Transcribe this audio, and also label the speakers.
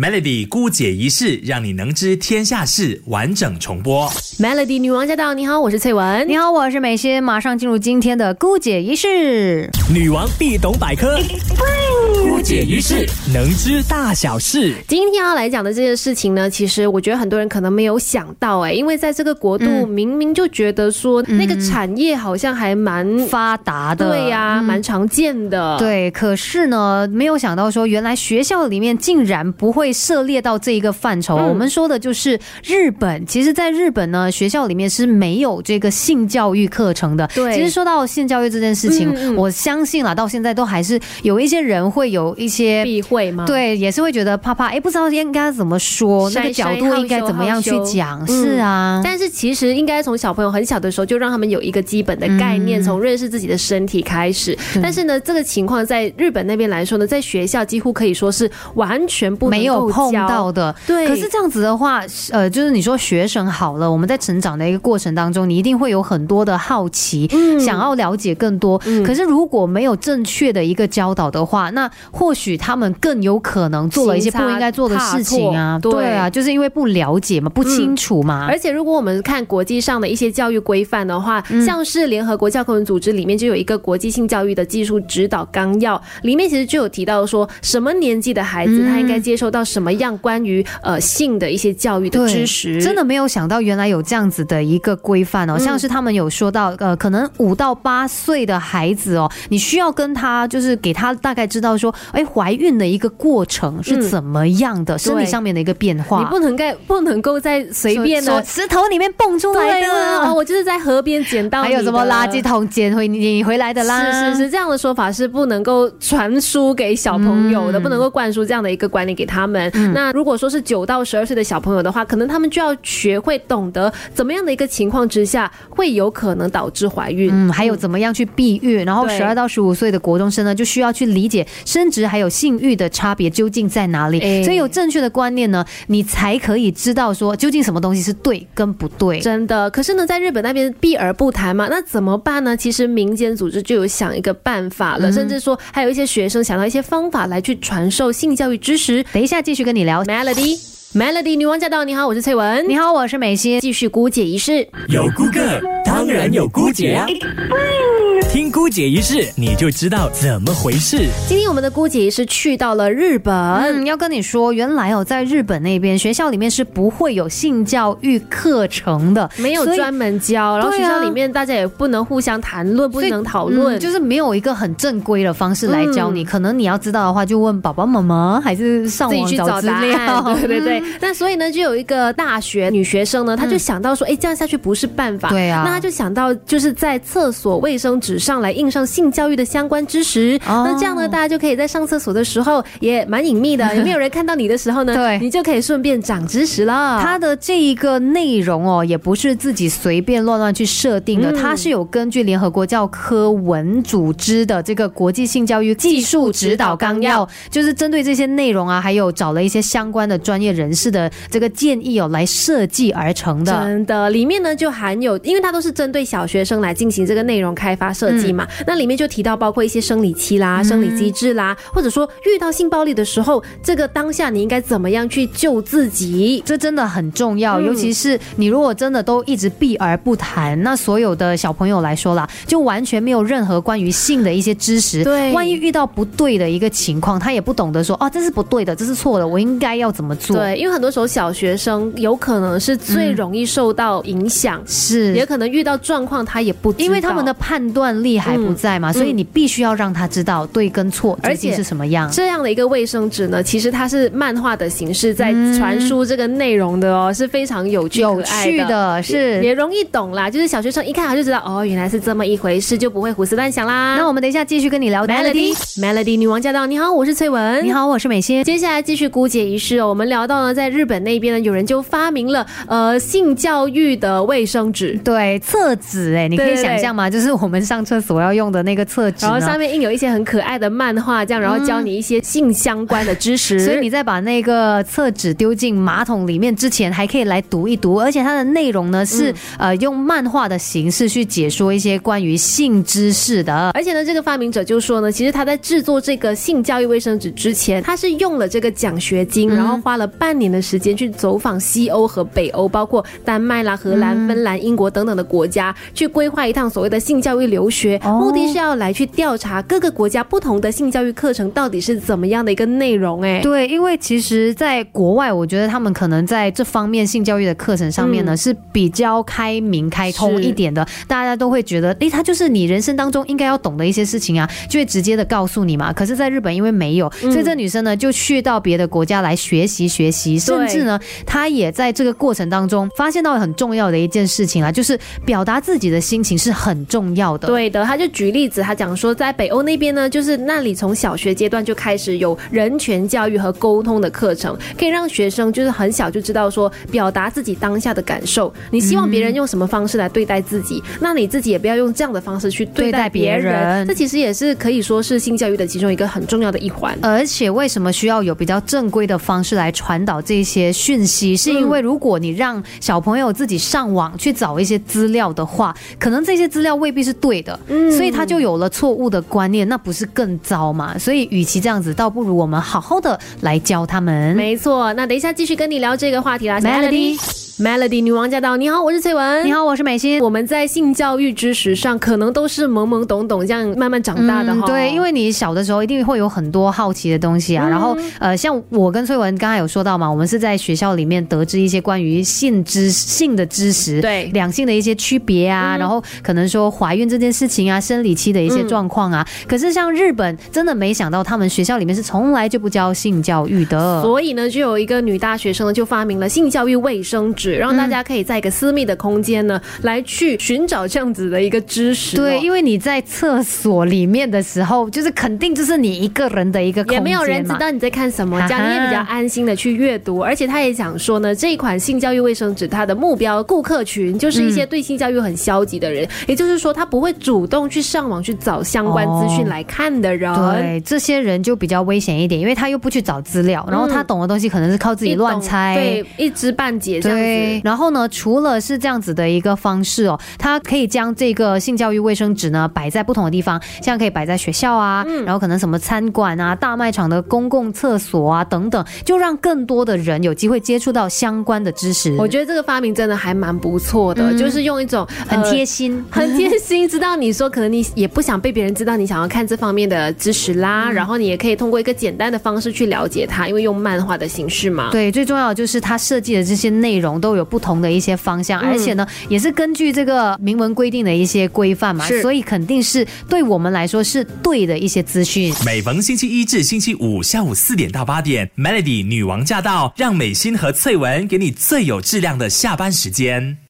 Speaker 1: Melody 姑姐一事，让你能知天下事。完整重播。
Speaker 2: Melody 女王驾到！你好，我是翠文。
Speaker 3: 你好，我是美心，马上进入今天的姑姐仪式。
Speaker 4: 女王必懂百科，姑姐一世能知大小事。
Speaker 2: 今天要来讲的这些事情呢，其实我觉得很多人可能没有想到哎、因为在这个国
Speaker 3: 嗯
Speaker 2: 度，明明就觉得说那个产业好像还蛮
Speaker 3: 发达的，
Speaker 2: 对呀、
Speaker 3: 嗯
Speaker 2: 蛮常见的。，
Speaker 3: 对，可是呢，没有想到说，原来学校里面竟然不会涉猎到这一个范畴。
Speaker 2: 嗯
Speaker 3: 我们说的就是日本，其实在日本呢，学校里面是没有这个性教育课程的。
Speaker 2: 对
Speaker 3: 其实说到性教育这件事情，
Speaker 2: 嗯嗯
Speaker 3: 我相信啦，到现在都还是有一些人会有一些
Speaker 2: 避讳吗？，
Speaker 3: 对，也是会觉得怕怕，哎，不知道应该怎么说，那个
Speaker 2: 筛
Speaker 3: 角
Speaker 2: 筛
Speaker 3: 度
Speaker 2: 害
Speaker 3: 应该
Speaker 2: 羞
Speaker 3: 怎么
Speaker 2: 害
Speaker 3: 样去
Speaker 2: 羞
Speaker 3: 讲？
Speaker 2: 嗯
Speaker 3: 是啊，
Speaker 2: 但是其实应该从小朋友很小的时候就让他们有一个基本的概念，
Speaker 3: 嗯
Speaker 2: 从认识自己的身体开始。但是呢，这个情况在日本那边来说呢，在学校几乎可以说是完全不能
Speaker 3: 没有
Speaker 2: 够
Speaker 3: 碰
Speaker 2: 教
Speaker 3: 到的。
Speaker 2: 对，
Speaker 3: 可是这样子的话，呃，就是你说学生好了，我们在成长的一个过程当中，你一定会有很多的好奇，
Speaker 2: 嗯
Speaker 3: 想要了解更多。
Speaker 2: 嗯
Speaker 3: 可是如果没有正确的一个教导的话，那或许他们更有可能做了一些
Speaker 2: 行差
Speaker 3: 不应该做的事情啊。
Speaker 2: 踏错
Speaker 3: 对啊，就是因为不了解嘛，不清楚嘛。
Speaker 2: 而且，如果我们看国际上的一些教育规范的话，
Speaker 3: 嗯
Speaker 2: 像是联合国教科文组织里面就有一个国际性教育的技术指导纲要，里面其实就有提到说，什么年纪的孩
Speaker 3: 嗯
Speaker 2: 子他应该接受到什么样关于呃性的一些教育的
Speaker 3: 对
Speaker 2: 知识，
Speaker 3: 真的没有想到，原来有这样子的一个规范哦。
Speaker 2: 嗯
Speaker 3: 像是他们有说到，呃，可能五到八岁的孩子哦，你需要跟他就是给他大概知道说，哎，怀孕的一个过程是怎么样的，身体上面的一个变
Speaker 2: 嗯
Speaker 3: 化，
Speaker 2: 你不能够不能够再随便
Speaker 3: 从
Speaker 2: 的。
Speaker 3: 石头里面蹦出来
Speaker 2: 对啊，哦，
Speaker 3: 的，
Speaker 2: 我就是在河边捡到你
Speaker 3: 还
Speaker 2: 的，
Speaker 3: 有什么垃圾桶捡回你回来的啦，
Speaker 2: 是是是，这样的说法是不能够传输给小朋友的，
Speaker 3: 嗯
Speaker 2: 不能够灌输这样的一个观念给他们。嗯那如果说是九到十二岁的小朋友的话，可能他们就要学会懂得怎么样的一个情况之下，会有可能导致怀孕。
Speaker 3: 嗯，还有怎么样去避孕，然后
Speaker 2: 对
Speaker 3: 十二到十五岁的国中生呢，就需要去理解生殖还有性欲的差别究竟在哪里。
Speaker 2: 哎
Speaker 3: 所以有正确的观念呢，你才可以知道说究竟什么东西是对跟不对。
Speaker 2: 真的，可是呢，在日本那边避而不谈嘛，那怎么办呢？其实民间组织就有想一个办法了，甚至说还有一些学生想到一些方法来去传授性教育知识。
Speaker 3: 等一下继续跟你聊。
Speaker 2: Melody Melody 女王驾到，你好，我是翠文，
Speaker 3: 你好，我是美心。
Speaker 2: 继续姑姐仪式。
Speaker 4: 有姑哥，当然有姑姐啊！听姑姐一事，你就知道怎么回事。
Speaker 2: 今天我们的姑姐是去到了日本，
Speaker 3: 嗯，要跟你说，原来哦，在日本那边学校里面是不会有性教育课程的，
Speaker 2: 没有
Speaker 3: 所以
Speaker 2: 专门教，然后
Speaker 3: 对
Speaker 2: 学校
Speaker 3: 啊
Speaker 2: 里面大家也不能互相谈论，不
Speaker 3: 所以
Speaker 2: 能讨论，
Speaker 3: 嗯就是没有一个很正规的方式来教你。
Speaker 2: 嗯
Speaker 3: 可能你要知道的话，就问爸爸妈妈，还是上
Speaker 2: 自己
Speaker 3: 网
Speaker 2: 去
Speaker 3: 找嗯
Speaker 2: 找
Speaker 3: 资
Speaker 2: 答
Speaker 3: 料
Speaker 2: 案。。对对对。那所以呢，就有一个大学女学生呢，她就想到说，哎，这样下去不是办法。
Speaker 3: 嗯对啊
Speaker 2: 那她就想到，就是在厕所卫生纸上来印上性教育的相关知识。
Speaker 3: 哦
Speaker 2: 那这样呢，大家就可以在上厕所的时候也蛮隐秘 的，也没有人看到你的时候呢，
Speaker 3: 对
Speaker 2: 你就可以顺便长知识了。
Speaker 3: 它的这一个内容哦，也不是自己随便乱乱去设定的，
Speaker 2: 嗯
Speaker 3: 它是有根据联合国教科文组织的这个国际性教育技术指导纲要，就是针对这些内容啊，还有找了一些相关的专业人士的这个建议哦，来设计而成的。
Speaker 2: 真的，里面呢就含有，因为它都是针对小学生来进行这个内容开发设计嘛。
Speaker 3: 嗯
Speaker 2: 那里面就提到包括一些生理期啦、生理机制啦，或者说遇到性暴力的时候，这个当下你应该怎么样去救自己。
Speaker 3: 这真的很重要，
Speaker 2: 嗯
Speaker 3: 尤其是你如果真的都一直避而不谈，那所有的小朋友来说啦，就完全没有任何关于性的一些知识。
Speaker 2: 对
Speaker 3: 万一遇到不对的一个情况，他也不懂得说哦，这是不对的，这是错的，我应该要怎么做？
Speaker 2: 对，因为很多时候小学生有可能是最容易受到影响，也
Speaker 3: 是。
Speaker 2: 可能遇到状况他也不知道，
Speaker 3: 嗯因为他们的判断力还不在嘛，所以你必须要让他知道对跟错
Speaker 2: 嗯而
Speaker 3: 究
Speaker 2: 且
Speaker 3: 竟是什么样。
Speaker 2: 这样的一个卫生纸呢，其实它是漫画的形式在
Speaker 3: 嗯
Speaker 2: 传输这个内容的哦，是非常有趣
Speaker 3: 有
Speaker 2: 可爱
Speaker 3: 趣的是，
Speaker 2: 也容易懂啦，就是小学生一看他就知道哦，原来是这么一回事，就不会胡思乱想啦。
Speaker 3: 那我们等一下继续跟你聊
Speaker 2: Melody
Speaker 3: Melody。
Speaker 2: Melody 女王驾到，你好，我是翠文。
Speaker 3: 你。好，我是美心。
Speaker 2: 接下来继续姑姐仪式哦，我们聊到呢，在日本那边呢，有人就发明了呃性教育的卫生纸，
Speaker 3: 对，厕纸哎，你可
Speaker 2: 对
Speaker 3: 以
Speaker 2: 对
Speaker 3: 想象吗？就是我们上 厕所要用的那个厕纸
Speaker 2: 然
Speaker 3: 呢，
Speaker 2: 后上面印有一些很可爱的漫画，这样，然后教你一些性相关的知识。
Speaker 3: 所以你在把那个厕纸丢进马桶里面之前，还可以来读一读，而且它的内容呢
Speaker 2: 嗯
Speaker 3: 是、呃用漫画的形式去解说一些关于性知识的。
Speaker 2: 而且呢，这个发明者就说呢，其实他在制作这个性教育卫生纸之前，他是用了这个奖学金，然后花了半年的时间去走访西欧和北欧，包括丹麦啦、荷兰、芬兰、英国等等的国家，去规划一趟所谓的性教育留学，
Speaker 3: 哦
Speaker 2: 目的是要来去调查各个国家不同的性教育课程到底是怎么样的一个内容。哎，
Speaker 3: 对，因为其实，在国外，我觉得他们可能在这方面性教育的课程上面呢、
Speaker 2: 嗯
Speaker 3: 是比较开明、开通
Speaker 2: 是
Speaker 3: 一点的，大家都会觉得，诶，它就是你人生当中应该要懂的一些事情啊，就会直接的告诉你嘛。可是，在日本因为没有，
Speaker 2: 嗯
Speaker 3: 所以这女生呢就去到别的国家来学习学习，甚至呢，她也在这个过程当中发现到很重要的一件事情啊，就是表达自己的心情是很重要的。
Speaker 2: 对的，他就举例子，他讲说，在北欧那边呢，就是那里从小学阶段就开始有人权教育和沟通的课程，可以让学生就是很小就知道说表达自己当下的感受，你希望别人用什么方式来对待自己，那你自己也不要用这样的方式去对待别人。
Speaker 3: 对待别人
Speaker 2: 嗯这其实也是可以说是性教育的其中一个很重要的一环。
Speaker 3: 而且为什么需要有比较正规的方式来传导这些讯息？是因为
Speaker 2: 嗯
Speaker 3: 如果你让小朋友自己上网去找一些资料的话，可能这些资料未必是对的，
Speaker 2: 嗯
Speaker 3: 所以他就有了错误的观念，那不是更糟嘛？所以与其这样子，倒不如我们好好的来教他们。
Speaker 2: 没错，那等一下继续跟你聊这个话题啦。小
Speaker 3: Melody
Speaker 2: Melody 女王驾到，你好，我是翠文。
Speaker 3: 你好，我是美心。
Speaker 2: 我们在性教育知识上，可能都是懵懵懂懂这样慢慢长大的哈、
Speaker 3: 嗯。对，因为你小的时候一定会有很多好奇的东西
Speaker 2: 嗯
Speaker 3: 啊。然后呃，像我跟翠文刚才有说到嘛，我们是在学校里面得知一些关于性知性的知识，
Speaker 2: 对嗯
Speaker 3: 两性的一些区别啊，然后可能说怀孕这件事情啊，生理期的一些状况啊。可是像日本，真的没想到他们学校里面是从来就不教性教育的。
Speaker 2: 所以呢，哦就有一个女大学生呢，就发明了性教育卫生
Speaker 3: 嗯
Speaker 2: 纸，让大家可以在一个私密的空间呢，来去寻找这样子的一个知识哦、
Speaker 3: 对，因为你在厕所里面的时候，就是肯定就是你一个人的一个空间
Speaker 2: 也没有人
Speaker 3: 嘛
Speaker 2: 知道你在看什么，这
Speaker 3: 哈
Speaker 2: 样
Speaker 3: 哈
Speaker 2: 你也比较安心的去阅读。而且他也讲说呢，这一款性教育卫生纸，它的目标顾客群就是
Speaker 3: 嗯
Speaker 2: 一些对性教育很消极的人，也就是说，他不会主动去上网去找相关资讯
Speaker 3: 哦
Speaker 2: 来看的人。
Speaker 3: 对，哎这些人就比较危险一点，因为他又不去找资料，然后他懂的东西可能是靠自己
Speaker 2: 一懂
Speaker 3: 乱猜。
Speaker 2: 嗯对，一知半解这样
Speaker 3: 对
Speaker 2: 子，。
Speaker 3: 然后呢，除了是这样子的一个方式哦，它可以将这个性教育卫生纸呢摆在不同的地方，像可以摆在学校啊，
Speaker 2: 嗯
Speaker 3: 然后可能什么餐馆啊、大卖场的公共厕所啊等等，就让更多的人有机会接触到相关的知识。
Speaker 2: 我觉得这个发明真的还蛮不错的，就是用一种
Speaker 3: 嗯很
Speaker 2: 呃
Speaker 3: 贴心，
Speaker 2: 很贴心，知道你说可能你也不想被别人知道你想要看这方面的知识啦，
Speaker 3: 嗯
Speaker 2: 然后你也可以通过一个简单的方式去了解它，因为用漫画的形式嘛。
Speaker 3: 对，最重要的就是它设计的这些内容都有不同的一些方
Speaker 2: 嗯
Speaker 3: 向，而且呢，也是根据这个明文规定的一些规范嘛，
Speaker 2: 是
Speaker 3: 所以肯定是对我们来说是对的一些资讯。
Speaker 1: 每逢星期一至星期五下午四点到八点，Melody 女王驾到，让美心和翠文给你最有质量的下班时间。